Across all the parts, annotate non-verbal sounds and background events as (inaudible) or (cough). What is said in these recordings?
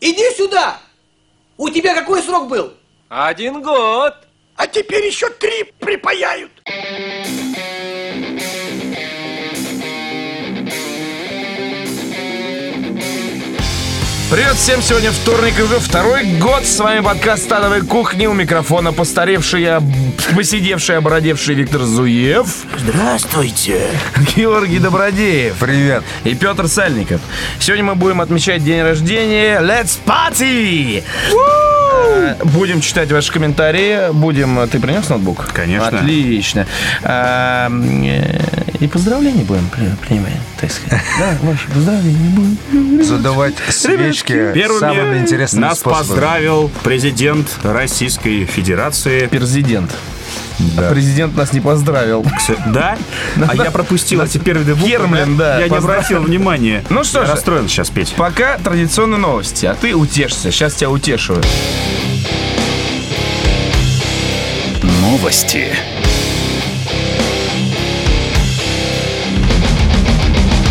Иди сюда! У тебя какой срок был? Один год. А теперь еще три припаяют. Привет всем! Сегодня вторник и уже второй год. С вами подкаст «Становой кухни». У микрофона постаревший, об- посидевший, обородевший Виктор Зуев. Здравствуйте! Георгий Добродеев. Привет! И Петр Сальников. Сегодня мы будем отмечать день рождения Let's Party! Э, Будем читать ваши комментарии. Будем... а, Ты принес ноутбук? Конечно. Отлично. А, э, И поздравления будем при- принимать, так сказать. Да, ваши поздравления будем. Задавать свечки Первыми самым интересным нас способом. поздравил президент Российской Федерации. Президент. А Да. Президент нас не поздравил. Да? А я пропустил эти первые буквы. Гермлин, да, Я не поздравил. обратил внимания. Ну что Я же. расстроен сейчас, Петь. Пока традиционные новости, а ты утешься. Сейчас тебя утешиваю. Новости.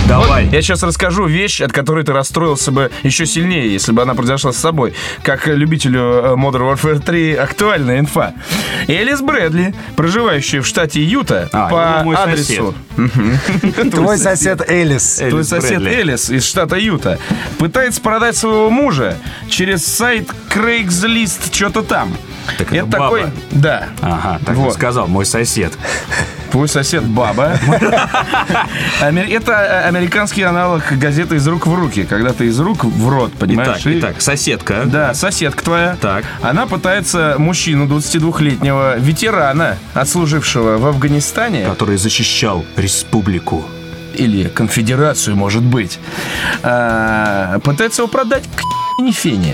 Давай. Я сейчас расскажу вещь, от которой ты расстроился бы еще сильнее, если бы она произошла с собой. Как любителю э, Modern Warfare 3 актуальная инфа. Элис Брэдли, проживающая в штате Юта, А, по это мой адресу... (laughs) Твой сосед Элис. Твой Элис сосед Брэдли. Элис из штата Юта пытается продать своего мужа через сайт Craigslist что-то там. Так это баба. такой... Да. Ага, так Вот. и сказал мой сосед. Твой сосед (laughs) баба. Амер- Это э, американский аналог газеты «Из рук в руки», когда ты из рук в рот, Итак, понимаешь? и- итак, соседка. Да, соседка твоя. Так. Она пытается мужчину 22-летнего ветерана, отслужившего в Афганистане, Который защищал республику. или конфедерацию, может быть, а, пытается его продать к не фене.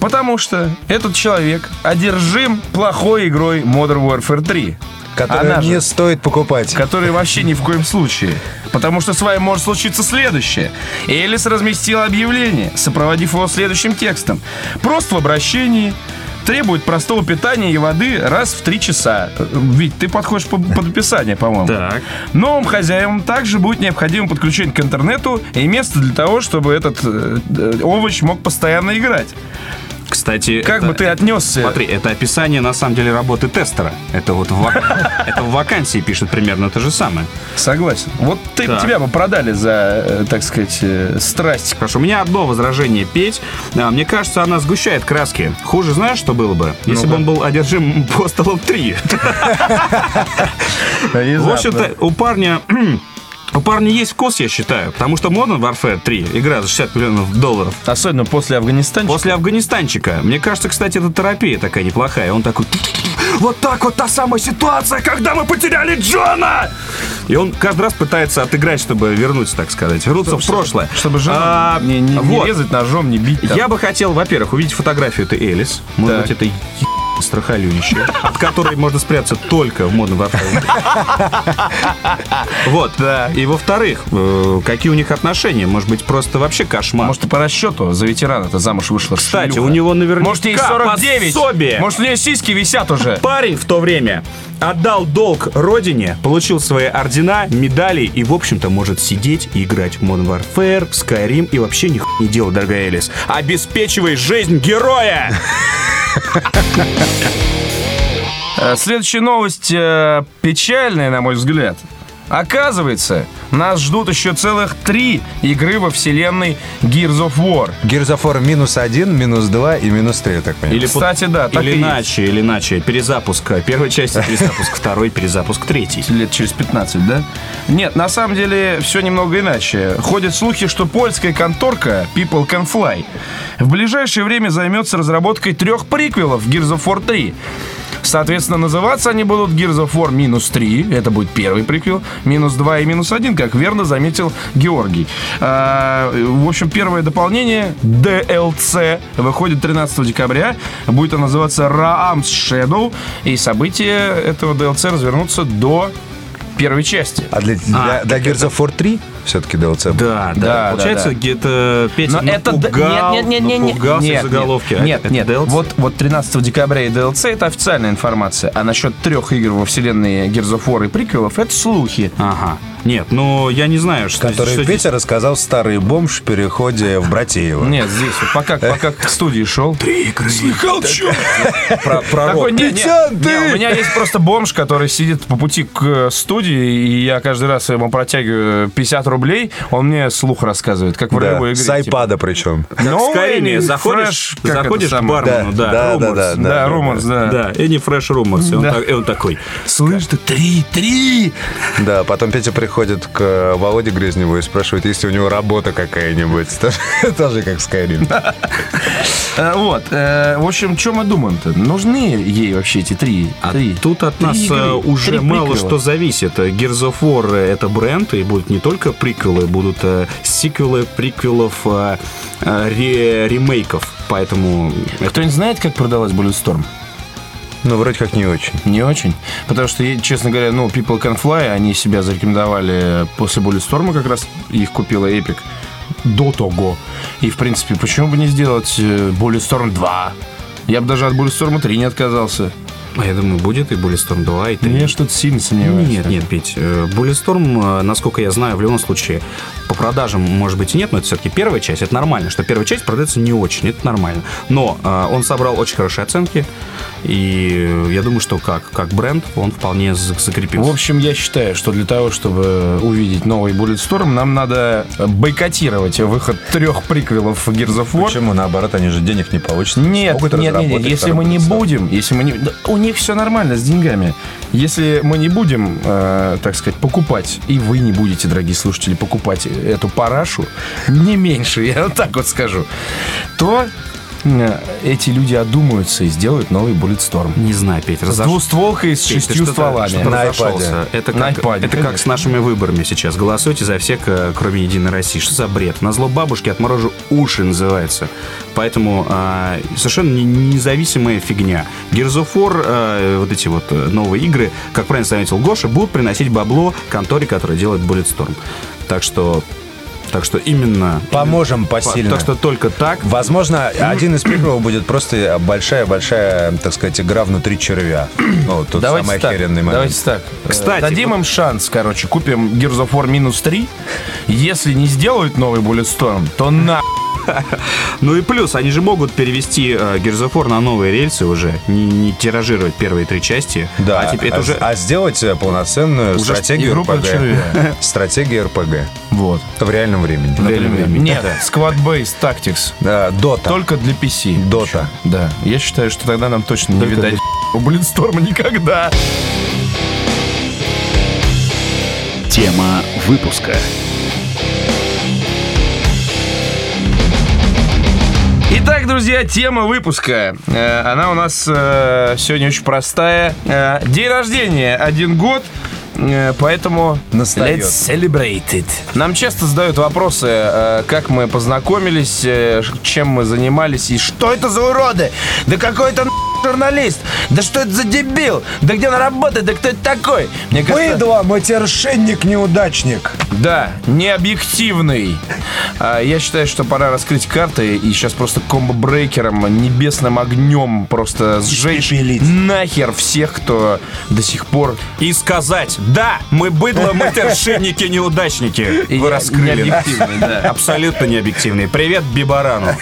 Потому что этот человек одержим плохой игрой Modern Warfare 3. Который Она же- не стоит покупать. которые вообще ни в коем случае. Потому что с вами может случиться следующее. Элис разместила объявление, сопроводив его следующим текстом. Просто в обращении требует простого питания и воды раз в три часа. Э, Вить, ты подходишь по- под описание, по-моему. Так. Новым хозяевам также будет необходимо подключение к интернету и место для того, чтобы этот э, э, овощ мог постоянно играть. Кстати, Как это- бы ты отнесся? Смотри, это описание на самом деле работы тестера. Это вот в, вак- (laughs) это в вакансии пишут примерно то же самое. Согласен. Вот ты, Так. тебя бы продали за, э, так сказать, э, страсть Хорошо, у меня одно возражение, Петь. А, мне кажется, она сгущает краски. Хуже знаешь, что было бы? Если бы он был одержим (laughs) постолом 3. В общем-то, у парня... (clears throat) У парня есть вкус, я считаю, потому что Modern Warfare 3, игра за 60 миллионов долларов, Особенно после Афганистана. После Афганистанчика. Мне кажется, кстати, это терапия такая неплохая. Он такой... Вот так вот та самая ситуация, когда мы потеряли Джона! И он каждый раз пытается отыграть, чтобы вернуться, так сказать. Вернуться в прошлое. Чтобы жену А, не, не- не вот. резать ножом, не бить. там. Я бы хотел, во-первых, увидеть фотографию этой Элис. Может Так. быть, это е- страхолюнище, от которой можно спрятаться только в модном (laughs) Warfare. Вот. И во-вторых, э, какие у них отношения? Может быть, просто вообще кошмар. Может, и по расчету за ветерана-то замуж вышла. Кстати, шлюха. у него наверняка Может, ей 49. пособие. Может, у нее сиськи висят (laughs) уже. Парень в то время отдал долг родине, получил свои ордена, медали и, в общем-то, может сидеть и играть в Modern Warfare, Skyrim и вообще ни хуя не делать, дорогая Элис. Обеспечивай жизнь героя! Э, Следующая новость э, печальная, на мой взгляд. Оказывается, нас ждут еще целых три игры во вселенной Gears of War. Гирзофор минус один, минус два и минус три, я так понимаю. Или по- Кстати, да, так Или и иначе, или иначе. Перезапуск. э, Первой части перезапуск, второй перезапуск, третий. лет через 15, да? Нет, на самом деле все немного иначе. Ходят слухи, что польская конторка People Can Fly в ближайшее время займется разработкой трех приквелов Gears of War 3. Соответственно, называться они будут Gears of War минус 3, это будет первый приквел, минус 2 и минус 1, как верно заметил Георгий. А, в общем, первое дополнение DLC выходит 13 декабря. Будет оно называться Raams Shadow. И события этого DLC развернутся до первой части. А для, для, так для Гирзофор 3 все-таки DLC был. Да, да, да. Получается, да. где-то Петя Но это д- напугал, нет, нет, нет, нет, нет. напугал все Нет, заголовки. А Нет, это- нет. это DLC? Вот, вот 13 декабря и DLC это официальная информация. А насчет трех игр во вселенной Gears of War и приквелов это слухи. Ага. Нет, ну я не знаю, что, Который что здесь- Петя рассказал старый бомж в переходе в Братеево. Нет, здесь вот пока, пока к студии шел. Слыхал, чё? Про, про Такой, рок. не, не, Петян, не, ты! у меня есть просто бомж, который сидит по пути к э, студии, и я каждый раз ему протягиваю 50 рублей, он мне слух рассказывает, как в Да, ролевой игре. с типа. айпада причем. Новый Скайриме Fresh, заходишь, как это заходишь к самое? бармену, Да, да, да, да, Rumors. да, Да, Rumors, да. Да, Any Fresh Rumors. И он, так- и он такой, Слышь, ты три, три! Да, потом Петя приходит к э, Володе Грязневу и спрашивает, есть ли у него работа какая-нибудь. (laughs) Тоже- Тоже как в Skyrim. Э, Вот, э, в общем, что мы думаем-то? Нужны ей вообще эти три? А три? Тут от Три нас игры, э, уже три мало приквела. что зависит. Э, Gears of War э, это бренд, и будут не только приквелы, будут э, сиквелы, приквелов, э, э, ре- ремейков. Поэтому это Кто-нибудь знает, как продалась Bulletstorm? Ну, вроде как не очень. Не очень. Потому что, я, честно говоря, ну, People Can Fly, они себя зарекомендовали после Bulletstorm, как раз их купила Epic до того. И, в принципе, почему бы не сделать э, Bulletstorm 2? Я бы даже от Bulletstorm 3 не отказался. А я думаю, будет и Bulletstorm 2, и 3. Я что-то сильно сомневаюсь. Нет, нет, Петь. э, Bulletstorm, э, насколько я знаю, в любом случае, по продажам, может быть, и нет, но это все-таки первая часть. Это нормально, что первая часть продается не очень, это нормально. Но э, он собрал очень хорошие оценки, и э, я думаю, что как, как бренд он вполне за- закрепился. В общем, я считаю, что для того, чтобы увидеть новый Bulletstorm, нам надо бойкотировать выход трех приквелов Gears of War. Почему? Наоборот, они же денег не получат. Нет, Смогут нет, нет, нет, разработать если мы второй не Блэдстар. будем, если мы не... да, у них все нормально с деньгами. Если мы не будем, э, так сказать, покупать, и вы не будете, дорогие слушатели, покупать эту парашу, не меньше, (laughs) я вот так вот скажу, то э, эти люди одумаются и сделают новый Bulletstorm. Не знаю, Петь, С разош... двустволкой и с Петь, ты шестью что-то- стволами. что-то На разошелся. iPad'е. Это На как, iPad'е, это как с конечно. нашими выборами сейчас. Голосуйте за всех, э, кроме Единой России. Что за бред? На зло бабушки отморожу уши называется. Поэтому а, совершенно не- независимая фигня. Gears of War, э, вот эти вот э, новые игры, как правильно заметил Гоша, будут приносить бабло конторе, которая делает Bulletstorm. Так что, так что именно... Поможем посильно. Так что только так. Возможно, один из приколов будет просто большая-большая, так сказать, игра внутри (clears throat) червя. Ну, вот тот Давайте самый так, охеренный момент. давайте так. Кстати, Э, дадим вот- им шанс, короче, купим Gears of War минус 3. Если не сделают новый Bulletstorm, то на Ну и плюс, они же могут перевести э, Gears of War на новые рельсы уже, не, не тиражировать первые три части. Да, а теперь это уже... а сделать э, полноценную Уже стратегию игру про червя. РПГ. (laughs) Стратегия РПГ. Вот. В реальном времени. Да. Реально времени. Нет, Squad Base Tactics. Да, Дота. Только для PC. Дота. Да. Я считаю, что тогда нам точно не видать у Блинсторма никогда. Тема выпуска. Итак, друзья, тема выпуска. Э, Она у нас э, сегодня очень простая. Э, День рождения, один год. э, Поэтому Настаёт. celebrate it. Нам часто задают вопросы, э, как мы познакомились, э, ш- чем мы занимались и что это за уроды? Да какой это нахуй журналист? Да что это за дебил? Да где он работает? Да кто это такой? Мне кажется, матершинник-неудачник. Да, необъективный. А, Я считаю, что пора раскрыть карты и сейчас просто комбо-брейкером, небесным огнем просто сжечь нахер всех, кто до сих пор И сказать, да, мы быдло, мы торшинники, (laughs) неудачники. и Вы раскрыли нас. необъективный, да. (laughs) Абсолютно необъективный. Привет Бибарану.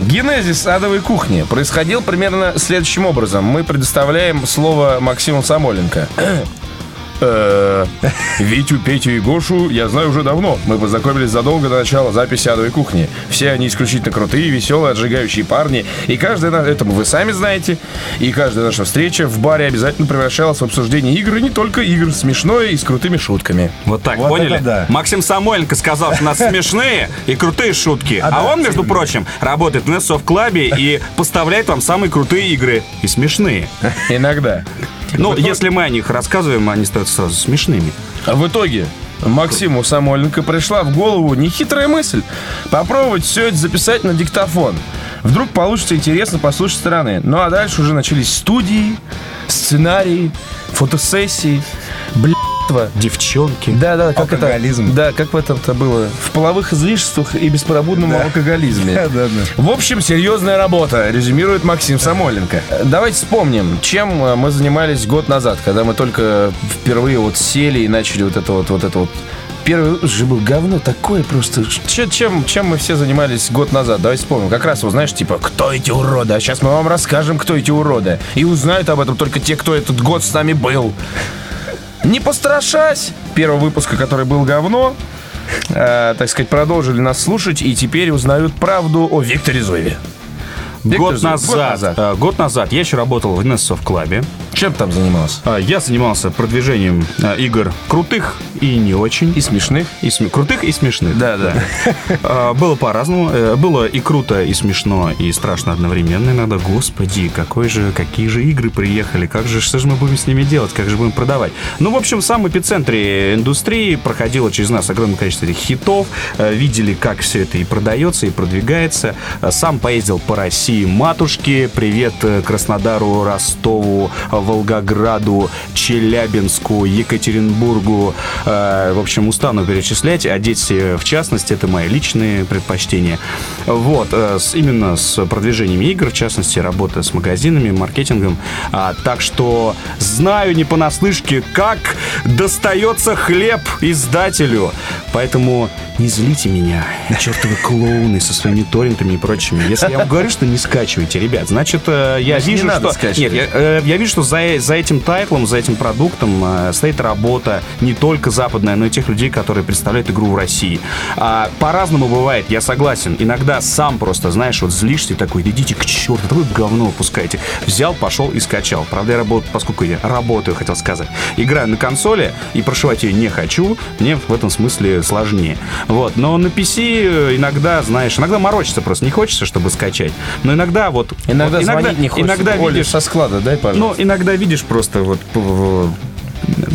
Генезис адовой кухни происходил примерно следующим образом. Мы предоставляем слово Максиму Самоленко. Э, Витю, Петю и Гошу я знаю уже давно. Мы познакомились задолго до начала записи «Адовой кухни». Все они исключительно крутые, веселые, отжигающие парни. И каждая... на- Это вы сами знаете. И каждая наша встреча в баре обязательно превращалась в обсуждение игр, и не только игр, смешное и с крутыми шутками. Вот так, Вот поняли? это да. Максим Самойленко сказал, что у нас смешные и крутые шутки. А он, между прочим, работает на в клабе и поставляет вам самые крутые игры. И (laughs) смешные. Иногда. Ну, если мы о них рассказываем, они становятся сразу смешными. А В итоге Максиму Самойленко пришла в голову нехитрая мысль попробовать все это записать на диктофон. Вдруг получится интересно послушать со стороны. Ну а дальше уже начались студии, сценарии, фотосессии. Бля, детства. Девчонки. Да, да, как Алкоголизм. это? Да, как в этом-то было? В половых излишествах и беспробудном (laughs) алкоголизме. Да, да, да. В общем, серьезная работа, резюмирует Максим Самойленко. Э, Давайте вспомним, чем э, мы занимались год назад, когда мы только впервые вот сели и начали вот это вот, вот это вот. Первый выпуск же был говно такое просто. Ч- чем, чем мы все занимались год назад? Давайте вспомним. Как раз, вот знаешь, типа, кто эти уроды? А сейчас мы вам расскажем, кто эти уроды. И узнают об этом только те, кто этот год с нами был. Не пострашась! Первого выпуска, который был говно, э, так сказать, продолжили нас слушать и теперь узнают правду о Викторе Зуеве. Виктор Год Зуев, год назад, назад. э, год назад я еще работал в Несов клабе. Чем ты там занимался? А, Я занимался продвижением э, игр крутых и не очень. И смешных. И сме- Крутых и смешных. Да, да. (laughs) А, Было по-разному. Э, Было и круто, и смешно, и страшно одновременно. Иногда, господи, какой же, какие же игры приехали, как же, что же мы будем с ними делать, как же будем продавать. Ну, в общем, в самом эпицентре индустрии проходило через нас огромное количество этих хитов. Э, Видели, как все это и продается, и продвигается. Э, Сам поездил по России матушке. Привет э, Краснодару, Ростову, э, Волгограду, Челябинску, Екатеринбургу. Э, В общем, устану перечислять. Одессе, в частности, это мои личные предпочтения. Вот, э, с- именно с продвижением игр, в частности, работа с магазинами, маркетингом. А, Так что знаю не понаслышке, как достается хлеб издателю. Поэтому не злите меня, чертовы клоуны со своими торрентами и прочими. Если я вам говорю, что не скачивайте, ребят, значит, э, я Значит, Ну, не вижу, надо что... скачивать. Нет, я- Э, Я вижу, что за, за этим тайтлом, за этим продуктом э, стоит работа не только западная, но и тех людей, которые представляют игру в России. А, По-разному бывает, я согласен. Иногда сам просто, знаешь, вот злишься и такой, «Да идите к черту, такое говно выпускаете. Взял, пошел и скачал. Правда, я работаю, поскольку я работаю, хотел сказать. Играю на консоли и прошивать ее не хочу, мне в этом смысле сложнее. Вот, но на PC э, иногда, знаешь, иногда морочиться просто не хочется, чтобы скачать. Но иногда вот... Иногда вот звонить не хочется. Иногда Оля, видишь... со склада дай, Ну, пожалуйста. иногда видишь просто вот п- в-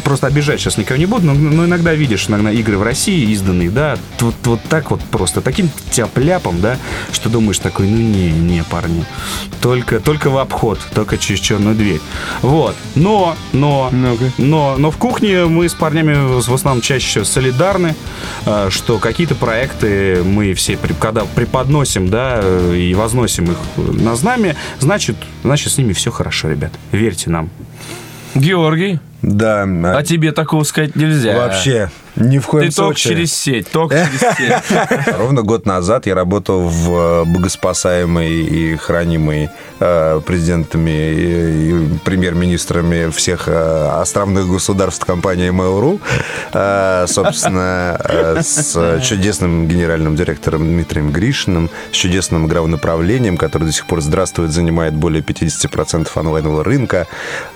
Просто обижать сейчас никого не буду, но, но иногда видишь, иногда игры в России изданные, да, вот, вот так вот просто, таким тяп-ляпом, да, что думаешь такой, ну не, не, парни, только, только в обход, только через черную дверь. Вот, но, но, Ну-ка. но, но в кухне мы с парнями в основном чаще всего солидарны, э, что какие-то проекты мы все, при- когда преподносим, да, э, и возносим их на знамя, значит, значит с ними все хорошо, ребят. Верьте нам. Георгий, Да. а тебе такого сказать нельзя. Вообще, ни в коем Ты только случае. через сеть, только через (laughs) сеть. Ровно год назад я работал в э, богоспасаемой и хранимой э, президентами и и премьер-министрами всех э, островных государств компании Mail.ru, э, собственно, э, с чудесным генеральным директором Дмитрием Гришиным, с чудесным правлением, которое до сих пор здравствует, занимает более 50% онлайнового рынка.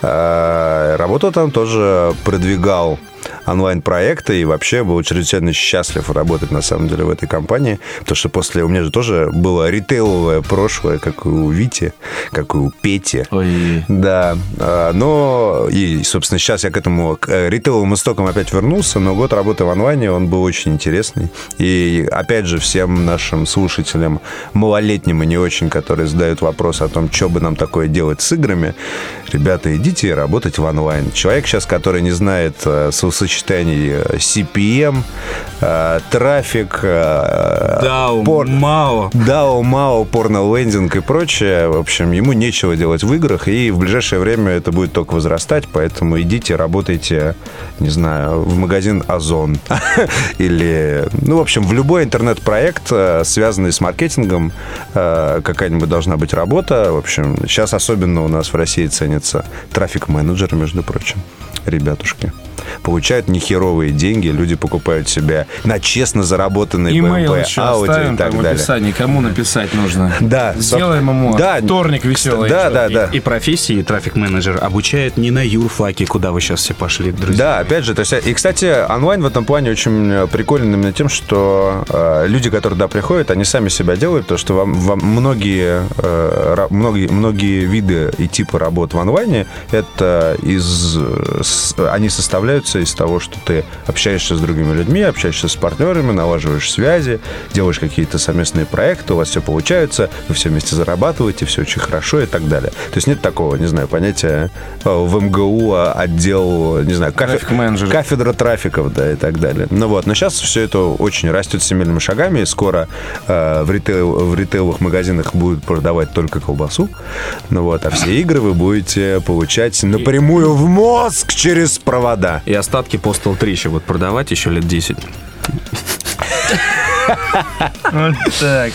Э, Работал там тоже, продвигал онлайн-проекты и вообще был чрезвычайно счастлив работать на самом деле в этой компании, потому что после у меня же тоже было ритейловое прошлое, как и у Вити, как и у Пети. Ой. Да, а, но и, собственно, сейчас я к этому к э, ритейловым истокам опять вернулся, но год работы в онлайне, он был очень интересный. И, опять же, всем нашим слушателям, малолетним и не очень, которые задают вопрос о том, что бы нам такое делать с играми, ребята, идите работать в онлайн. Человек сейчас, который не знает э, словосочетаний э, CPM, э, трафик, э, порно. Мао. Дао, Мао, порно-лендинг и прочее. В общем, ему нечего делать в играх, и в ближайшее время это будет только возрастать, поэтому идите, работайте, не знаю, в магазин Озон. (laughs) Или, ну, в общем, в любой интернет-проект, э, связанный с маркетингом, э, какая-нибудь должна быть работа. В общем, сейчас особенно у нас в России ценится трафик-менеджер, между прочим, ребятушки. Получают нехеровые деньги, люди покупают себе на честно заработанные Имейл BMW, еще Audi оставим и так там в далее. описании, кому написать нужно. Да, Сделаем соб- ему да, вторник веселый. Да, да, да. И профессии трафик-менеджер обучает не на юрфаке, куда вы сейчас все пошли, друзья. Да, опять же, то есть, и, кстати, онлайн в этом плане очень э, приколен именно тем, что э, люди, которые туда приходят, они сами себя делают, потому что вам, вам многие, э, ра- многие, многие виды и типы работ в онлайне, это из, э, с- они составляют рождаются из того, что ты общаешься с другими людьми, общаешься с партнерами, налаживаешь связи, делаешь какие-то совместные проекты, у вас все получается, вы все вместе зарабатываете, все очень хорошо и так далее. То есть нет такого, не знаю, понятия э, в МГУ а, отдел, не знаю, кафе- Трафик-менеджер. кафедра трафиков, да, и так далее. Ну вот, но сейчас все это очень растет семейными шагами, и скоро э, в, ритейл, в ритейловых магазинах будут продавать только колбасу, ну вот, а все игры вы будете получать напрямую в мозг через провода. И остатки Postal 3 еще будут продавать еще лет 10. Вот так.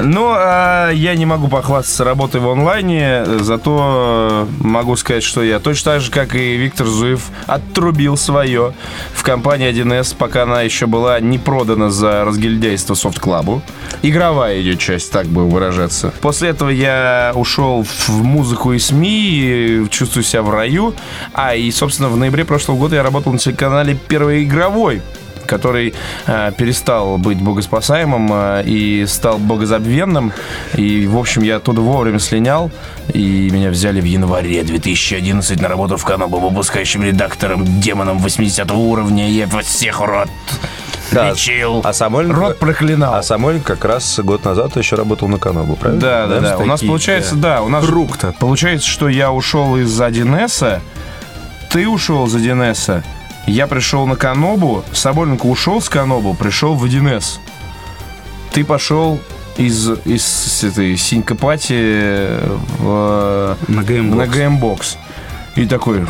Ну, а я не могу похвастаться работой в онлайне, зато могу сказать, что я точно так же, как и Виктор Зуев, отрубил свое в компании 1С, пока она еще была не продана за разгильдяйство софт-клабу. Игровая ее часть, так бы выражаться. После этого я ушел в музыку и СМИ, и чувствую себя в раю. А, и, собственно, в ноябре прошлого года я работал на телеканале «Первый игровой», который э, перестал быть богоспасаемым э, и стал богозабвенным. И, в общем, я оттуда вовремя слинял, и меня взяли в январе 2011 на работу в канал был выпускающим редактором, демоном 80 уровня. Я вас всех рот Да, лечил. а Самойль- Рот проклинал. А Самоль как раз год назад еще работал на каналу, правильно? Да, да, да. У нас такие, получается, да, у нас Круг-то. получается, что я ушел из 1С, ты ушел из 1С, я пришел на Канобу, Соболенко ушел с Канобу, пришел в 1С. Ты пошел из, из с этой синькопати э, в, На ГМ на геймбокс. И такой,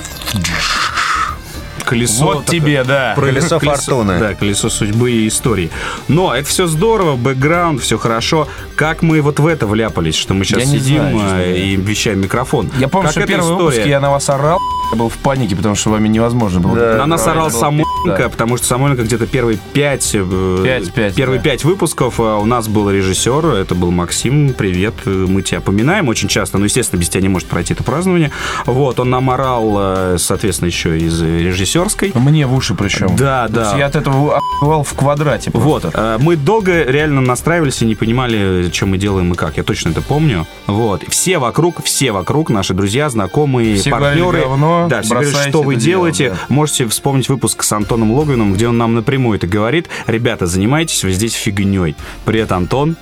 Колесо. вот такое. тебе, да. Колесо фортуны. Да, колесо судьбы и истории. Но это все здорово, бэкграунд, все хорошо. Как мы вот в это вляпались, что мы Я сейчас не сидим знаю, честно э, и вещаем микрофон? Я помню, Как что эта первый история? выпуск я на вас орал, я был в панике, потому что вами невозможно было. Да. На нас орал было Самойленко, пи***, потому что Самойленко где-то первые пять, э, Пять, пять, первые да. пять выпусков э, у нас был режиссер, это был Максим, привет, э, мы тебя поминаем очень часто, но, естественно, без тебя не может пройти это празднование. Вот, он нам орал, э, соответственно, еще из э, режиссерской. Ну, Мне в уши причем. Да, То есть да. Я от этого охуевал в квадрате. просто. Вот. э, Мы долго реально настраивались и не понимали, что мы делаем и как. Я точно это помню. Вот. Все вокруг, все вокруг, наши друзья, знакомые, Все партнеры. говорили, «Говно, да, все говорили, бросайте что вы это дело», делаете. да. Можете вспомнить выпуск с Антоном Логвином, где он нам напрямую это говорит. Ребята, занимайтесь вы здесь фигней. Привет, Антон.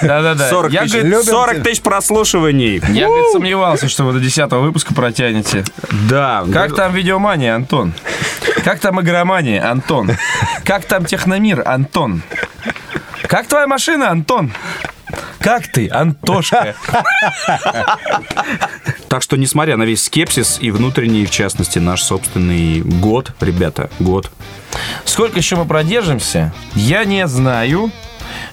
Да-да-да. 40 Я, тысяч- говорит, 40 тысяч прослушиваний. я, говорит, сомневался, что вы до 10 выпуска протянете. Да. Как там видеомания, Антон? Как там игромания, Антон? Как там техномир, Антон? Как твоя машина, Антон? Как ты, Антошка? Так что, несмотря на весь скепсис и внутренний, в частности, наш собственный год, ребята, год. Сколько еще мы продержимся, я не знаю.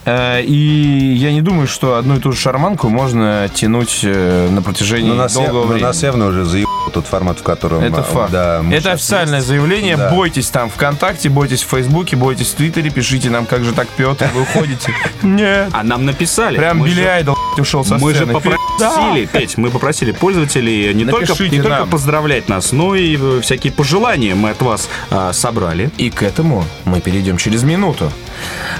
Э, И я не думаю, что одну и ту же шарманку можно тянуть э, на протяжении Ну, Но Ну, нас, я- долгого но времени. нас явно уже заебал тот формат, в котором... Это э, факт. Да, мы это щас официальное заявление. Да. Бойтесь там ВКонтакте, бойтесь в Фейсбуке, бойтесь в Твиттере, пишите нам, как же так пьет, вы уходите. Нет. А нам написали. Прям Мы же- Билли Айдол блядь, ушел со Мы же сцены. попросили, Петь, мы попросили пользователей не, только, Напишите не только нам. поздравлять нас, но и э, всякие пожелания мы от вас а, собрали. И к этому мы перейдем через минуту.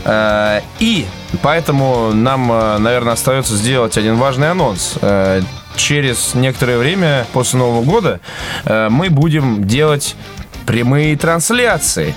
Э, И поэтому нам, э, наверное, остается сделать один важный анонс. Э, Через некоторое время после Нового года э, мы будем делать прямые трансляции.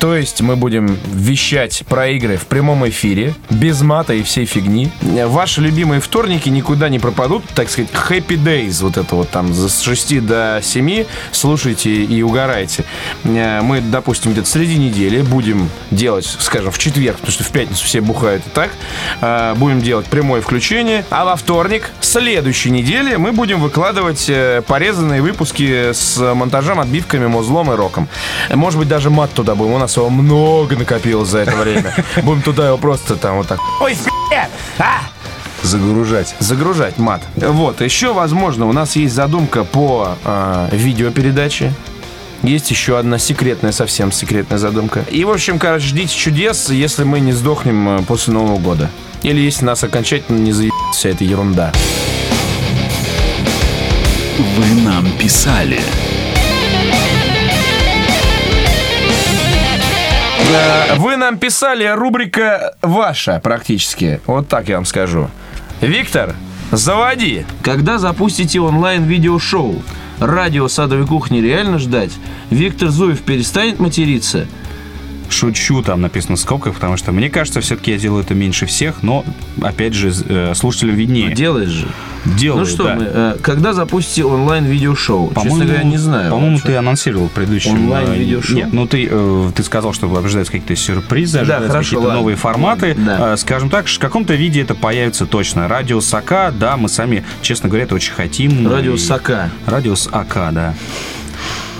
То есть мы будем вещать про игры в прямом эфире, без мата и всей фигни. Э, Ваши любимые вторники никуда не пропадут, так сказать, happy days, вот это вот там, с 6 до 7, слушайте и угорайте. Э, Мы, допустим, где-то среди недели будем делать, скажем, в четверг, потому что в пятницу все бухают и так, э, будем делать прямое включение, а во вторник, следующей неделе, мы будем выкладывать э, порезанные выпуски с монтажем, отбивками, музлом и роком. Может быть, даже мат туда будем, у нас его много накопилось за это время. Будем туда его просто там вот так... Ой, бля! А! Загружать. загружать мат. Вот, еще, возможно, у нас есть задумка по э, видеопередаче. Есть еще одна секретная, совсем секретная задумка. И, в общем, короче, ждите чудес, если мы не сдохнем э, после Нового года. Или если нас окончательно не заебет вся эта ерунда. Вы нам писали. Э, Вы нам писали рубрика ваша, практически. Вот так я вам скажу. Виктор, заводи. Когда запустите онлайн-видеошоу? радио садовой кухни реально ждать? Виктор Зуев перестанет материться? Шучу, там написано сколько, потому что мне кажется, все-таки я делаю это меньше всех, но, опять же, з- э, слушателю виднее. Делаешь же. Делаю, ну что да. мы, э, когда запустите онлайн-видеошоу? Честно говоря, не знаю. По-моему, вообще. ты анонсировал в предыдущем. Онлайн э, видеошоу? Нет, ну ты, э, ты сказал, что обсуждаются какие-то сюрпризы, ожидаются хорошо, какие-то ладно. новые форматы. Да. Э, Скажем так, в каком-то виде это появится точно. Радио Сака, да, мы сами, честно говоря, это очень хотим. Радио И- Сака. Радиус АК, да.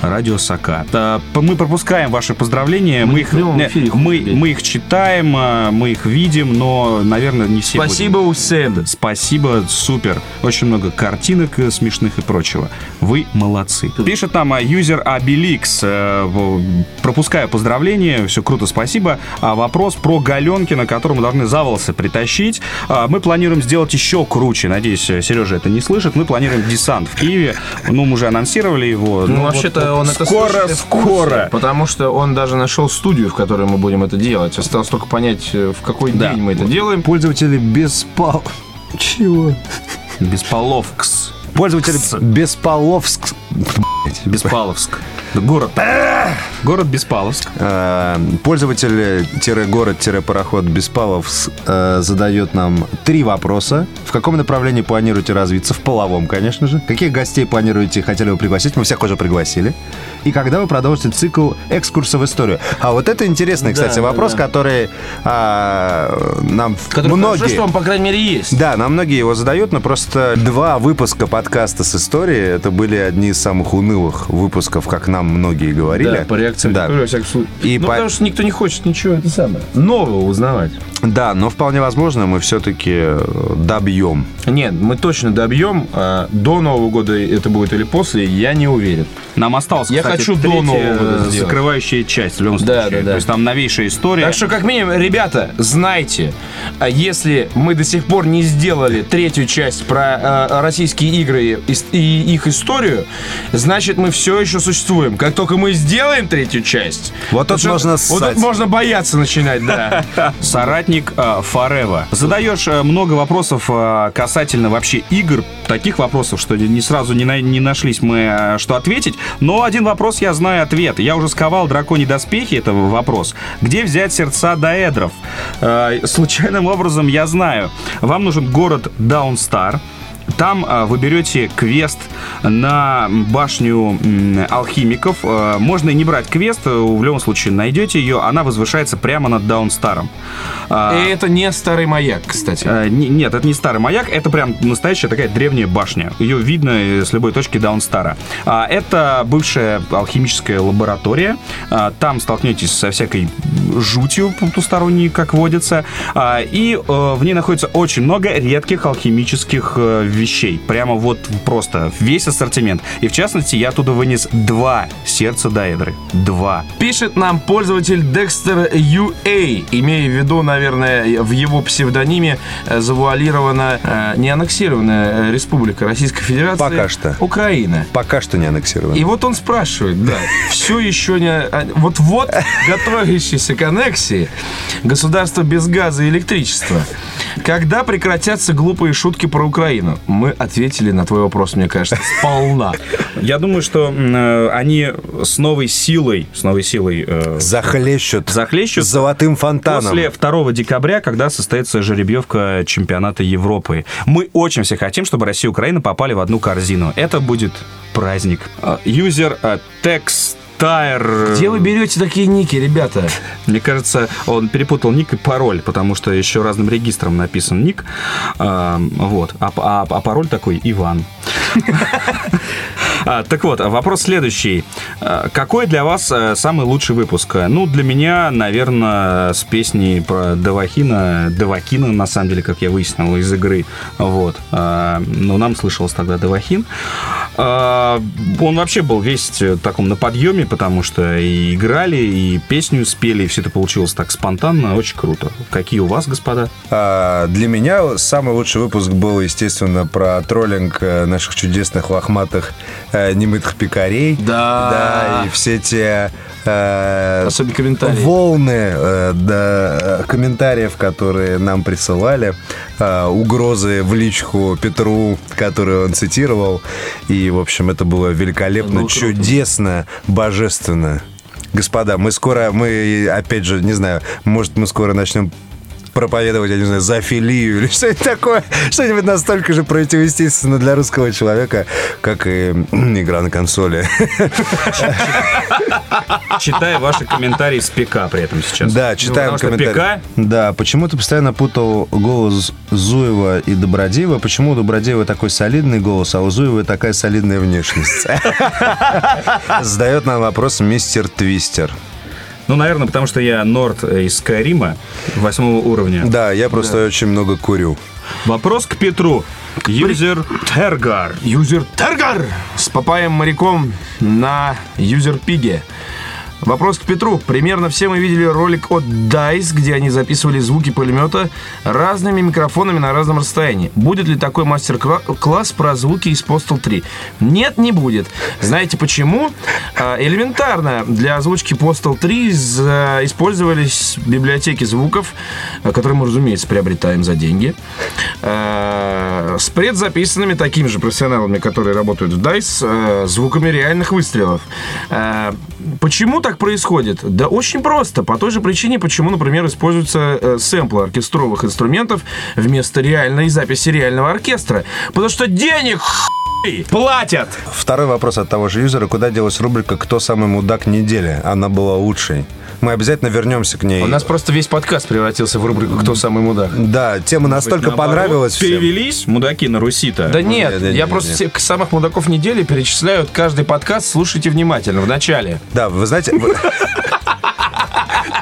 Радиус АК. Э, п- Мы пропускаем ваши поздравления, мы, Мы их, в прямом не, эфире мы, ходим, блядь. мы их читаем, э, мы их видим, но, наверное, не все. Спасибо, будем. Усед. Спасибо, супер. Очень много картинок э, смешных и прочего. Вы молодцы. Пишет нам э, юзер Абеликс. э, в- Пропускаю поздравления, все круто, спасибо. А вопрос про Галенкина, которому должны за волосы притащить. А, Мы планируем сделать еще круче. Надеюсь, Сережа это не слышит. Мы планируем десант в Киеве. Ну, мы уже анонсировали его. Ну, вот- вообще-то он это скоро, слышит и в курсе, скоро. Потому что он даже нашел студию, в которой мы будем это делать. Осталось только понять, э, в какой Да. день мы это делаем. Пользователи без пал... Чего? Беспаловкс. Пользователь Бесполовск. Беспаловск. Город. Город Беспаловск. Э, Пользователь-город-пароход Беспалов с- э, задает нам три вопроса. В каком направлении планируете развиться? В половом, конечно же. Каких гостей планируете и хотели бы пригласить? Мы всех уже пригласили. И когда вы продолжите цикл экскурса в историю? А вот это интересный, кстати, вопрос, который а, нам Который многие... хорошо, что он, по крайней мере, есть. Да, нам многие его задают, но просто два выпуска подкаста с историей это были одни из самых унылых выпусков, как нам многие говорили. Да, по реакциям. Да. Ну, во всяком случае. И ну, по- потому что никто не хочет ничего это самое нового узнавать. Да, но вполне возможно, мы э, все-таки добьем. Нет, мы точно добьем. а до Нового года это будет или после, я не уверен. Нам осталось, Я кстати, хочу до третья, Нового года э, сделать. закрывающая часть в любом Да, случае. да, да. То есть там новейшая история. Так что, как минимум, ребята, знайте, а если мы до сих пор не сделали третью часть про э, российские игры и, ис- и их историю, значит, мы все еще существуем. Как только мы сделаем третью часть... Вот тут что- можно Вот ссать. тут можно бояться начинать, да. Соратник э, Форева. Задаешь э, много вопросов э, касательно вообще игр, таких вопросов, что не сразу не, на- не нашлись мы, э, что ответить. Но один вопрос я знаю ответ. Я уже сковал драконий доспехи, это вопрос. Где взять сердца даэдров? Э, случайным образом я знаю. Вам нужен город Даунстар. Там а, вы берете квест на башню м, алхимиков. Э, Можно и не брать квест, э, в любом случае найдете ее. Она возвышается прямо над Даунстаром. А, И это не старый маяк, кстати. э, не- Нет, это не старый маяк, это прям настоящая такая древняя башня. Ее видно э, с любой точки Даунстара. А, Это бывшая алхимическая лаборатория. А, Там столкнетесь со всякой жутью потусторонней, как водится. А, И э, в ней находится очень много редких алхимических э, вещей. Прямо вот просто весь ассортимент. И в частности, я оттуда вынес два сердца Даэдры. Два. Пишет нам пользователь Dexter UA, имея в виду, наверное, в его псевдониме э, завуалирована э, не аннексированная э, республика Российской Федерации. Пока что. Украина. Пока что не аннексировано. И вот он спрашивает, (laughs) да, все еще не... а, Вот-вот готовящиеся к аннексии государство без газа и электричества. Когда прекратятся глупые шутки про Украину? Мы ответили на твой вопрос, мне кажется, сполна. Я думаю, что м, э, они с новой силой, с новой силой э, Захлещут. захлещут Золотым фонтаном. после 2 декабря, когда состоится жеребьевка чемпионата Европы. Мы очень все хотим, чтобы Россия и Украина попали в одну корзину. Это будет праздник. А, Юзер а, Текстайр. Где вы берете такие ники, ребята? Мне кажется, он перепутал ник и пароль, потому что еще разным регистром написан ник. А, вот. А, а- а пароль такой Иван. А, Так вот, вопрос следующий. А, Какой для вас э, самый лучший выпуск? Ну, для меня, наверное, с песней про Давахина, Давакина, на самом деле, как я выяснил, из игры. Вот. А, Но нам слышалось тогда Давахин. А, Он вообще был весь э, таком на подъеме, потому что и играли, и песню спели, и все это получилось так спонтанно, очень круто. Какие у вас, господа? А, для меня самый лучший выпуск был, естественно, про троллинг э, наших чудесных лохматых э, немытых пикарей. Да. Да, и все те э, э, Особенно комментарии. волны э, да, э, комментариев, которые нам присылали, э, угрозы в личку Петру, которую он цитировал. И, в общем, это было великолепно, чудесно, божественно. Господа, мы скоро, мы, опять же, не знаю, может, мы скоро начнем проповедовать, я не знаю, зоофилию или (laughs) что-нибудь такое. Что-нибудь настолько же противоестественно для русского человека, как и (clears throat) м, игра на консоли. Читаю ваши комментарии с ПК при этом сейчас. Да, Ну, читаем потому что комментарии. ПК Да, почему ты постоянно путал голос Зуева и Добродеева? Почему у Добродеева такой солидный голос, а у Зуева такая солидная внешность? (laughs) Задает нам вопрос мистер Твистер. Ну, наверное, потому что я Норд э, из Скайрима восьмого уровня. Да, я просто очень много курю. Вопрос к Петру. Юзер Тергар. Юзер Таргар с папаем моряком на Юзер Пиге. Вопрос к Петру. Примерно все мы видели ролик от DICE, где они записывали звуки пулемета разными микрофонами на разном расстоянии. Будет ли такой мастер-класс про звуки из Postal 3? Нет, не будет. Знаете почему? А, Элементарно. Для озвучки Postal 3 из- э, использовались библиотеки звуков, э, которые мы, разумеется, приобретаем за деньги, э, с предзаписанными такими же профессионалами, которые работают в DICE, э, звуками реальных выстрелов. Э, Почему так происходит? Да очень просто. По той же причине, почему, например, используются э, сэмплы оркестровых инструментов вместо реальной записи реального оркестра. Потому что денег хуй, платят! Второй вопрос от того же юзера. Куда делась рубрика «Кто самый мудак недели?» Она была лучшей. Мы обязательно вернемся к ней. У нас просто весь подкаст превратился в рубрику «Кто самый мудак?». Да, тема настолько Наоборот, понравилась всем. Перевелись мудаки на Руси-то. Ну, Да нет, нет, нет, я нет, просто нет. всех самых мудаков недели перечисляю вот каждый подкаст. Слушайте внимательно в начале. Да, вы знаете... вы-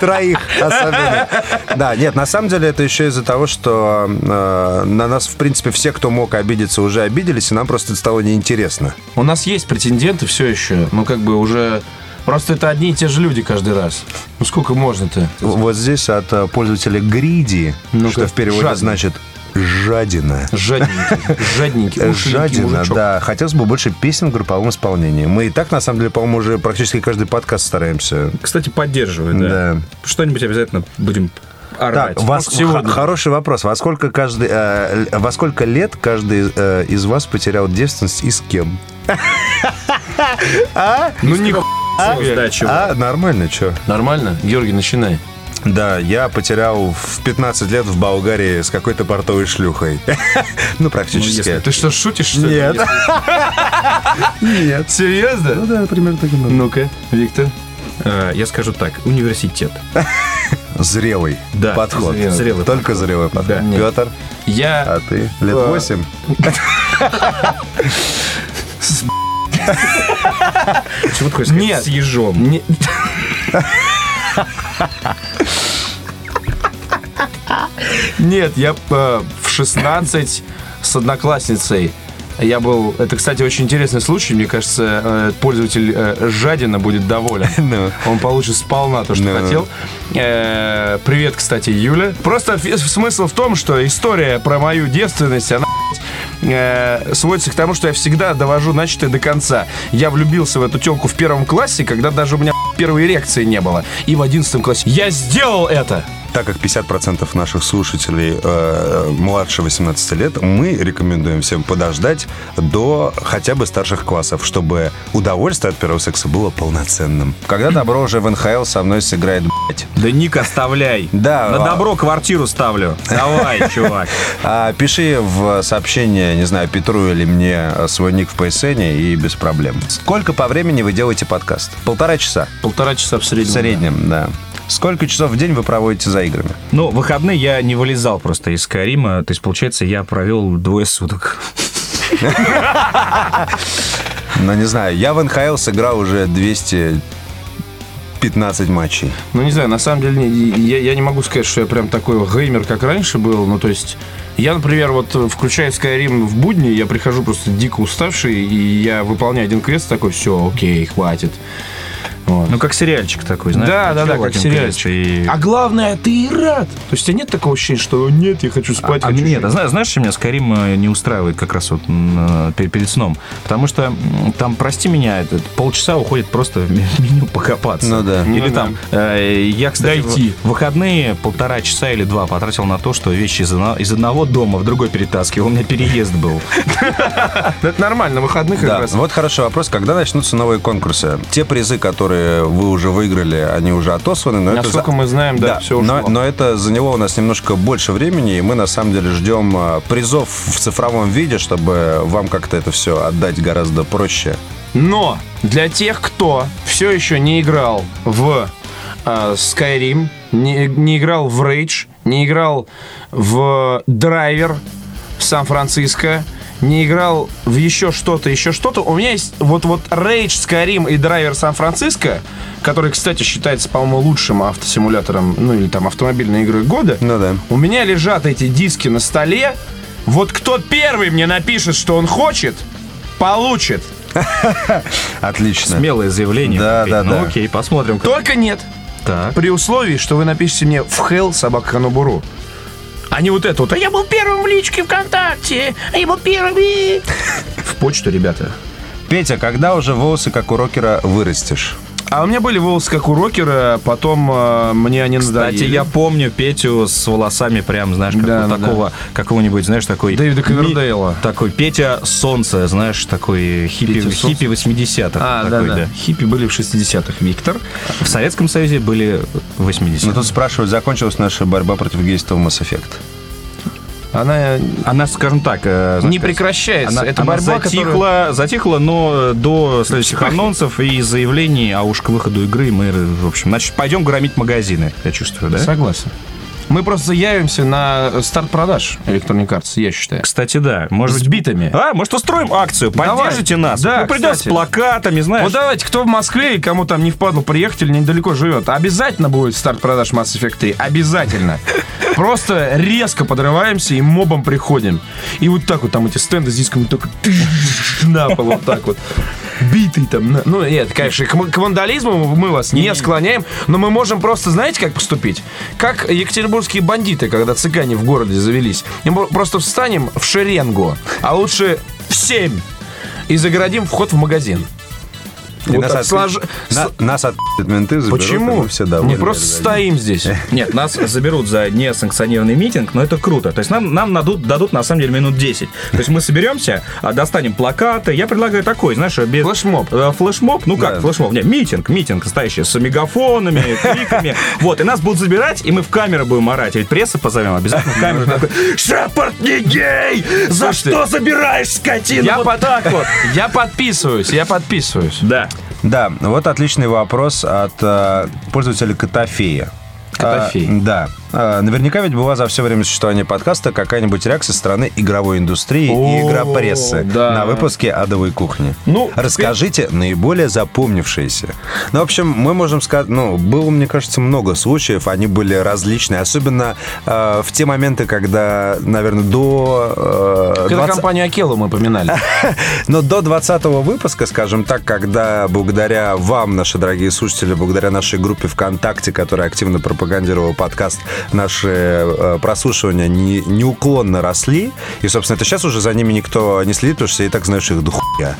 Троих особенно. Да, нет, на самом деле это еще из-за того, что э, на нас, в принципе, все, кто мог обидеться, уже обиделись, и нам просто стало неинтересно. У нас есть претенденты все еще, но как бы уже... Просто это одни и те же люди каждый раз. Ну сколько можно-то? Вот здесь от э, пользователя Гриди, что в переводе жадный. значит «жадина». (laughs) Жадненький, жадненький, ушенький Жадина, мужичок. да. Хотелось бы больше песен в групповом исполнении. Мы и так, на самом деле, по-моему, уже практически каждый подкаст стараемся. Кстати, поддерживаю, да. Да. Что-нибудь обязательно будем орать. Так, вас, Может, сегодня. х- хороший вопрос. Во сколько, каждый, э, л- во сколько лет каждый э, из вас потерял девственность и с кем? Ну не Сдачу. А, нормально, что? Нормально? Георгий, начинай. Да, я потерял в 15 лет в Болгарии с какой-то портовой шлюхой. (laughs) Ну, практически. Ты что, шутишь, что ли? Нет. Нет. Серьезно? Ну да, примерно так и надо. Ну-ка, Виктор. Э, Я скажу так, университет. Зрелый Да, подход. зрелый. Зрелый Только зрелый Да. подход. Петр, Я а ты? Лет 8? Почему ты хочешь сказать Нет. с ежом? не- Нет, я э, в 16 с одноклассницей. Я был... Это, кстати, очень интересный случай. Мне кажется, э, пользователь э, жадина будет доволен. (laughs) Ну. Он получит сполна то, что Ну. хотел. Э, Привет, кстати, Юля. Просто фи- смысл в том, что история про мою девственность, она э, сводится к тому, что я всегда довожу начатое до конца. Я влюбился в эту телку в первом классе, когда даже у меня первой эрекции не было. И в одиннадцатом классе. Я сделал это! Так как 50% наших слушателей э, младше 18 лет, мы рекомендуем всем подождать до хотя бы старших классов, чтобы удовольствие от первого секса было полноценным. Когда добро уже в НХЛ со мной сыграет, блять. Да ник оставляй. Да, На а- добро квартиру ставлю. (laughs) Давай, чувак. А, пиши в сообщение, не знаю, Петру или мне э, свой ник в PSN и без проблем. Сколько по времени вы делаете подкаст? Полтора часа Полтора часа в в среднем. среднем, Ну да. Сколько часов в день вы проводите за играми? Ну, выходные я не вылезал просто из Карима. То есть, получается, я провел двое суток. Ну, не знаю, я в НХЛ сыграл уже 215 матчей. Ну, не знаю, на самом деле, не- я, я не могу сказать, что я прям такой геймер, как раньше был. Ну, то есть, я, например, вот э, включаю Skyrim в будни, я прихожу просто дико уставший, и я выполняю один квест такой, все, окей, хватит. Ну, как сериальчик такой, знаешь? Да, да, да, Чё, как Лакин сериальчик. Крест и- А главное, ты и рад. То есть у тебя нет такого ощущения, что нет, я хочу спать, А хочу мне, жить». да, зна- знаешь, что меня Скарим э, не устраивает как раз вот м, э, пер- перед сном? Потому что м, там, прости меня, этот, полчаса уходит просто в ме- меню покопаться. Ну да. Или там, э, я, кстати, в- Дойти. в выходные полтора часа или два потратил на то, что вещи из, одно- из одного дома в другой перетаскивал. У меня переезд Ну, был. Это нормально, на выходных как Да, раз. вот хороший вопрос. Когда начнутся новые конкурсы? Те призы, которые вы уже выиграли, они уже отосланы. Но это за- Насколько мы знаем, да, все ушло. но, но это заняло у нас немножко больше времени, и мы на самом деле ждем э, призов в цифровом виде, чтобы вам как-то это все отдать гораздо проще. Но для тех, кто все еще не играл в э, Skyrim, не, не играл в Rage, не играл в Драйвер Сан-Франциско, не играл в еще что-то, еще что-то, у меня есть вот-вот Rage, Skyrim и Драйвер Сан-Франциско, который, кстати, считается, по-моему, лучшим автосимулятором, ну или там автомобильной игры года. Ну да. У меня лежат эти диски на столе. Вот кто первый мне напишет, что он хочет, получит. Отлично. Смелое заявление. Да, Окей, да, ну, да. Окей, посмотрим. как- Только нет. Так. При условии, что вы напишите мне в Hell собака Ханабуру. А не вот это вот. А я был первым в личке ВКонтакте. А я был первым. и-». В почту, ребята. Петя, когда уже волосы как у рокера вырастешь? А у меня были волосы как у рокера, потом э, мне они Кстати, надоели. я помню Петю с волосами прям, знаешь, как Да, у да, такого какого-нибудь, знаешь, такой... Дэвида ми- Ковердейла. Такой Петя Солнце, знаешь, такой хиппи, Петя Солнце. хиппи 80-х. А, да, такой, да. Хиппи были в 60-х, Виктор. В Советском Союзе были 80-е. Ну тут спрашивают, закончилась наша борьба против гейства в Mass Effect. Она Э, Она, скажем так, э, знаешь, не как- прекращается. Она, это она борьба, затихла, которая- затихла, но э, до следующих анонсов и заявлений, а уж к выходу игры мы, э, в общем, значит, пойдем громить магазины, я чувствую, да? Согласен. Мы просто явимся на старт продаж Electronic Arts, я считаю. Кстати, да. Может С быть, битами. А, может, устроим акцию? Давай. Поддержите нас. Да, Мы придем кстати. с плакатами, знаешь. Вот давайте, кто в Москве и кому там не впадло приехать или недалеко живет, обязательно будет старт продаж Mass Effect 3. Обязательно. Просто резко подрываемся и мобом приходим. И вот так вот там эти стенды с дисками только на пол вот так вот. Битый там. на- Ну, нет, конечно, к, м- к вандализму мы вас не склоняем, но мы можем просто, знаете, как поступить? Как екатеринбургские бандиты, когда цыгане в городе завелись. И мы просто встанем в шеренгу, а лучше в семь, и загородим вход в магазин. И Вот так отпи- слож- на- с- нас отпи- менты заберут, и Почему? мы все не довольны. просто стоим (laughs) здесь. Нет, нас заберут за несанкционированный митинг, но это круто. То есть нам, нам надут- дадут на самом деле минут 10. То есть мы соберемся, а, достанем плакаты. Я предлагаю такой, знаешь, без... Флешмоб. Э, Флешмоб, ну как Да. флешмоб? Нет, митинг, митинг настоящий, с (laughs) мегафонами, криками. Вот, и нас будут забирать, и мы в камеры будем орать. Ведь пресса позовем, обязательно в камеру такой, Шепард не гей! За Слушайте, что забираешь, скотину? Я Ну Вот под- Я подписываюсь, я подписываюсь. Да. Да, вот отличный вопрос от э, пользователя Котофея. Котофей. А, да. А, наверняка ведь была за все время существования подкаста какая-нибудь реакция со стороны игровой индустрии и игра прессы да. на выпуске «Адовой кухни». Ну, Расскажите наиболее запомнившиеся. Ну, в общем, мы можем сказать, ну, было, мне кажется, много случаев, они были различные, особенно э, в те моменты, когда, наверное, до... э, Когда 20 компанию Акелу мы (laughs) упоминали. Ну, (laughs) но до 20 выпуска, скажем так, когда благодаря вам, наши дорогие слушатели, благодаря нашей группе ВКонтакте, которая активно пропагандировала подкаст, наши э, прослушивания не- неуклонно росли. И, собственно, это сейчас уже за ними никто не следит, потому что все и так знаешь их духуя.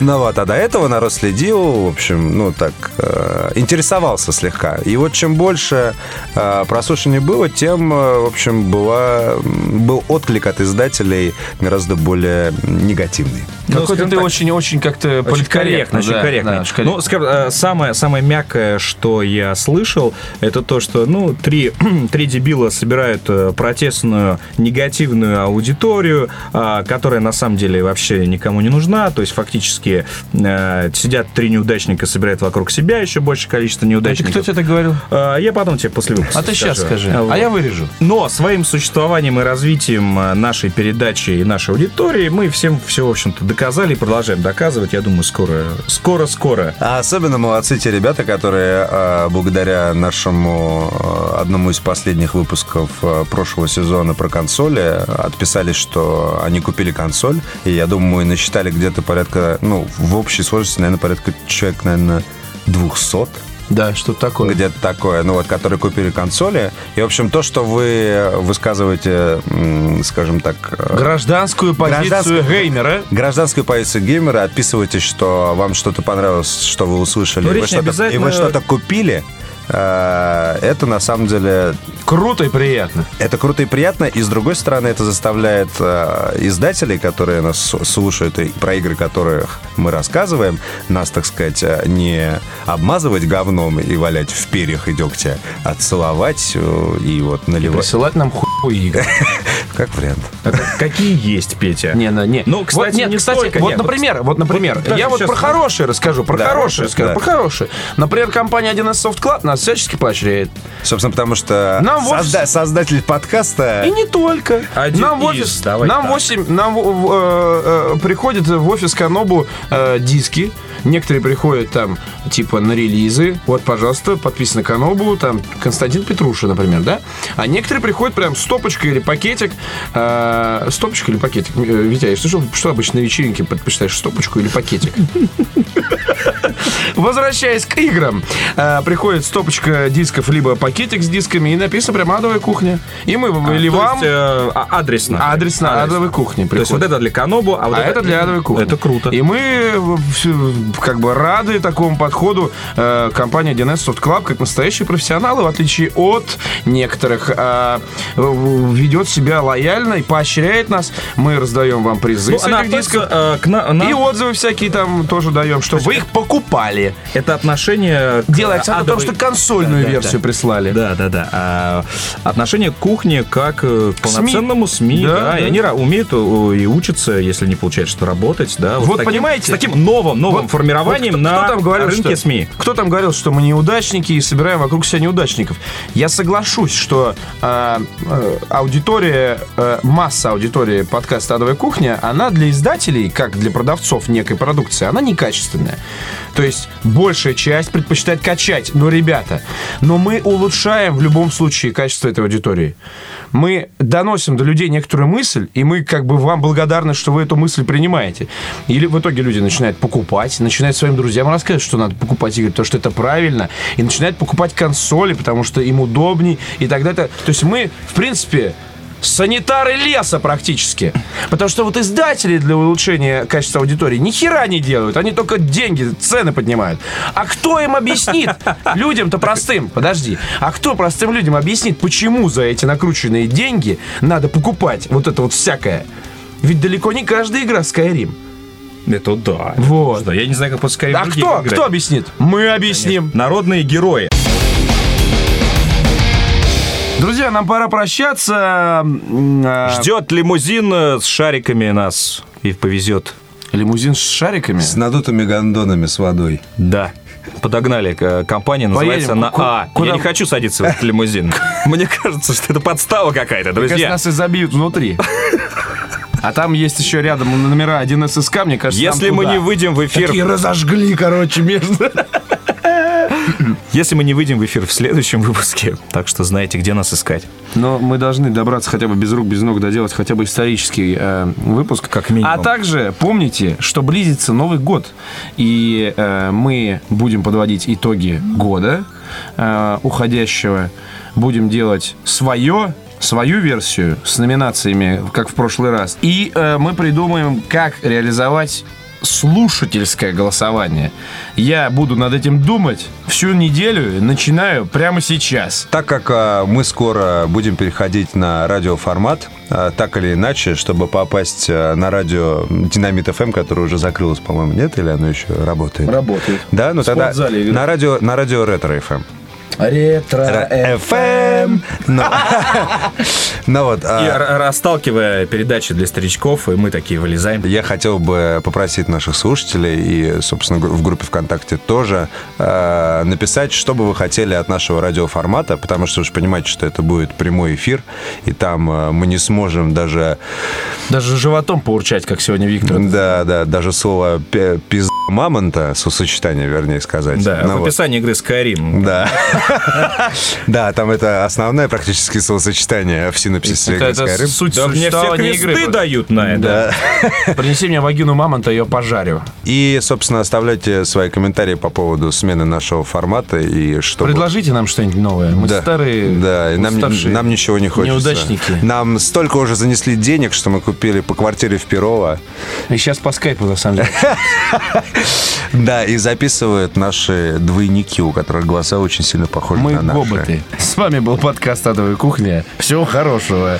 Ну вот, а до этого народ следил, в общем, ну так, э, интересовался слегка. И вот чем больше э, прослушиваний было, тем, э, в общем, была, м, был отклик от издателей гораздо более негативный. Какой-то ты очень-очень как-то политкорректно. Очень да, корректно. да, очень корректно. Ну, скажем, э, самое, самое мягкое, что я слышал, это то, что, ну, три, (clears throat) три дебила собирают э, протестную негативную аудиторию, а, которая на самом деле вообще никому не нужна. То есть фактически э, сидят три неудачника, собирают вокруг себя еще большее количество неудачников. Кто тебе это говорил? Э, Я потом тебе после выпуска А ты сейчас скажи. Вот. А я вырежу. Но своим существованием и развитием э, нашей передачи и нашей аудитории мы всем все, в общем-то, доказали и продолжаем доказывать. Я думаю, скоро, скоро-скоро. А особенно молодцы те ребята, которые э, благодаря нашему э, одному из последних выпусков э, прошлого сезона про консоли отписались, что они купили консоль. И я думаю, насчитали где-то порядка, ну, в общей сложности, наверное, порядка человек, наверное, 200 Да, что такое. где-то такое, ну вот, которые купили консоли. И, в общем, то, что вы высказываете, м, скажем так, э, Гражданскую позицию Гражданскую- геймера. гражданскую позицию геймера, отписывайтесь, что вам что-то понравилось, что вы услышали, Ну, и, речь вы не что-то, и обязательно- вы что-то купили, э, это на самом деле Круто и приятно. это круто и приятно, и с другой стороны это заставляет э, издателей, которые нас с- слушают и про игры, которых мы рассказываем, нас, так сказать, э, не обмазывать говном и валять в перьях и дегте, а целовать э, и вот наливать. Присылать нам хуй (laughs) игры. Как вариант. Какие есть, Петя? Не, на- не. Ну, кстати, вот, нет, не кстати, столько, вот, нет. например, вот, например, даже я вот сейчас- про хорошие расскажу, про Да, хорошие да, расскажу, да. про хорошие. Например, компания 1С Soft Club нас всячески поощряет. Собственно, потому что Нам вот созда- создатель подкаста И не только. Один нам в из, офис, давай нам так. 8, нам в- в- э, э, приходят в офис Канобу э, диски. Некоторые приходят там, типа, на релизы. Вот, пожалуйста, подписано Канобу, там, Константин Петруша, например, да? А некоторые приходят прям стопочка или пакетик. э, стопочка или пакетик? Э, Витя, я слышал, что обычно на вечеринке предпочитаешь, стопочку или пакетик? Возвращаясь к играм, э, приходит стопочка дисков, либо пакетик с дисками, и написано прям «Адовая кухня». И мы А, или то вам... есть, э, а- адресно. Адрес на адовой кухне То есть вот приходит. это для Канобу, а вот а это для адовой кухни. Это круто. Ну, И мы э, всё, как бы рады такому подходу. Э, компания 1С Soft Club, как настоящие профессионалы, в отличие от некоторых, э, в- ведет себя лояльно и поощряет нас. Мы раздаем вам призы Ну, с она этих дисков. относится, э, к на- нам- И отзывы всякие там тоже даем, что вы их покупали. Это отношение к Делая акцент на том, адовой- что консольную Да, да, версию да. прислали. Да, да, да. А отношение к кухне как э, к СМИ. полноценному СМИ. Да, да, да. И они ра- умеют э, и учатся, если не получается что работать. Да, Вот с таким- понимаете? С таким новым, новым Вот- формированием вот кто- на кто там говорил, рынке что- СМИ. Кто там говорил, что мы неудачники и собираем вокруг себя неудачников? Я соглашусь, что э, э, аудитория, э, масса аудитории подкаста «Адовая кухня», она для издателей, как для продавцов некой продукции, она некачественная. То есть большая часть предпочитает качать, но, ребята, но мы улучшаем в любом случае качество этой аудитории. Мы доносим до людей некоторую мысль, и мы как бы вам благодарны, что вы эту мысль принимаете. Или в итоге люди начинают покупать, начинают своим друзьям рассказывать, что надо покупать игры, потому что это правильно, и начинают покупать консоли, потому что им удобней, и так далее. То есть мы, в принципе, санитары леса практически. Потому что вот издатели для улучшения качества аудитории ни хера не делают. Они только деньги, цены поднимают. А кто им объяснит? Людям-то простым. Подожди. А кто простым людям объяснит, почему за эти накрученные деньги надо покупать вот это вот всякое? Ведь далеко не каждая игра Skyrim. Это да. Вот. Да, я не знаю, как по Skyrim А другие кто? играть. Кто объяснит? Мы объясним. Народные герои. Друзья, нам пора прощаться. М, а, Ждет лимузин э, с шариками нас и повезет. Лимузин с шариками. с надутыми гондонами с водой. Да. Подогнали. э, Компания называется Поедем. на Ку- А. куда- Я не хочу садиться в (laughs) этот лимузин. Мне кажется, что это подстава Кажется, какая-то, друзья. нас и забьют (laughs) внутри. А там есть еще рядом номера 1 ССК, мне кажется, нам Если мы туда. не выйдем в эфир, И разожгли, короче, между... если мы не выйдем в эфир в следующем (laughs) выпуске, так что знаете, где нас искать. Но мы должны добраться хотя бы без рук, без ног, доделать хотя бы исторический э, выпуск. Как минимум. А также помните, что близится Новый год. И э, мы будем подводить итоги года э, уходящего. Будем делать свое свою версию с номинациями, как в прошлый раз. И э, мы придумаем, как реализовать слушательское голосование. Я буду над этим думать всю неделю, начинаю прямо сейчас. Так как а, мы скоро будем переходить на радиоформат, а, так или иначе, чтобы попасть а, на радио Динамит ФМ, которое уже закрылось, по-моему, нет, или оно еще работает? Работает. Да, ну тогда спортзале играет. на радио, на радио Ретро эм». ФМ. Ретро. ФМ! Ну (laughs) ну вот, а, И р- расталкивая передачи для старичков, и мы такие вылезаем. я хотел бы попросить наших слушателей и, собственно, гру- в группе ВКонтакте тоже э, написать, что бы вы хотели от нашего радиоформата, потому что вы же понимаете, что это будет прямой эфир, и там э, мы не сможем даже Даже животом поурчать, как сегодня Виктор. Да, да, даже слово пи- пиз- мамонта, сочетание, вернее сказать. Да, Ну в вот. описании игры Skyrim. Да. Да, (laughs) там это основное практически словосочетание в синапсисе Это- это Skyrim. суть Да мне все существования игры. кресты дают на это. Принеси мне вагину мамонта, я ее пожарю. И, собственно, оставляйте свои комментарии по поводу смены нашего формата и что... бы- Предложите нам что-нибудь новое. Мы Да. старые, Да, и нам, уставшие. нам ничего не хочется. Неудачники. Нам столько уже занесли денег, что мы купили по квартире в Перово. И сейчас по скайпу, на самом деле. Да, и записывают наши двойники, у которых голоса очень сильно похожи Мы на наши. гоботы. С вами был подкаст «Адовая кухня». Всего хорошего.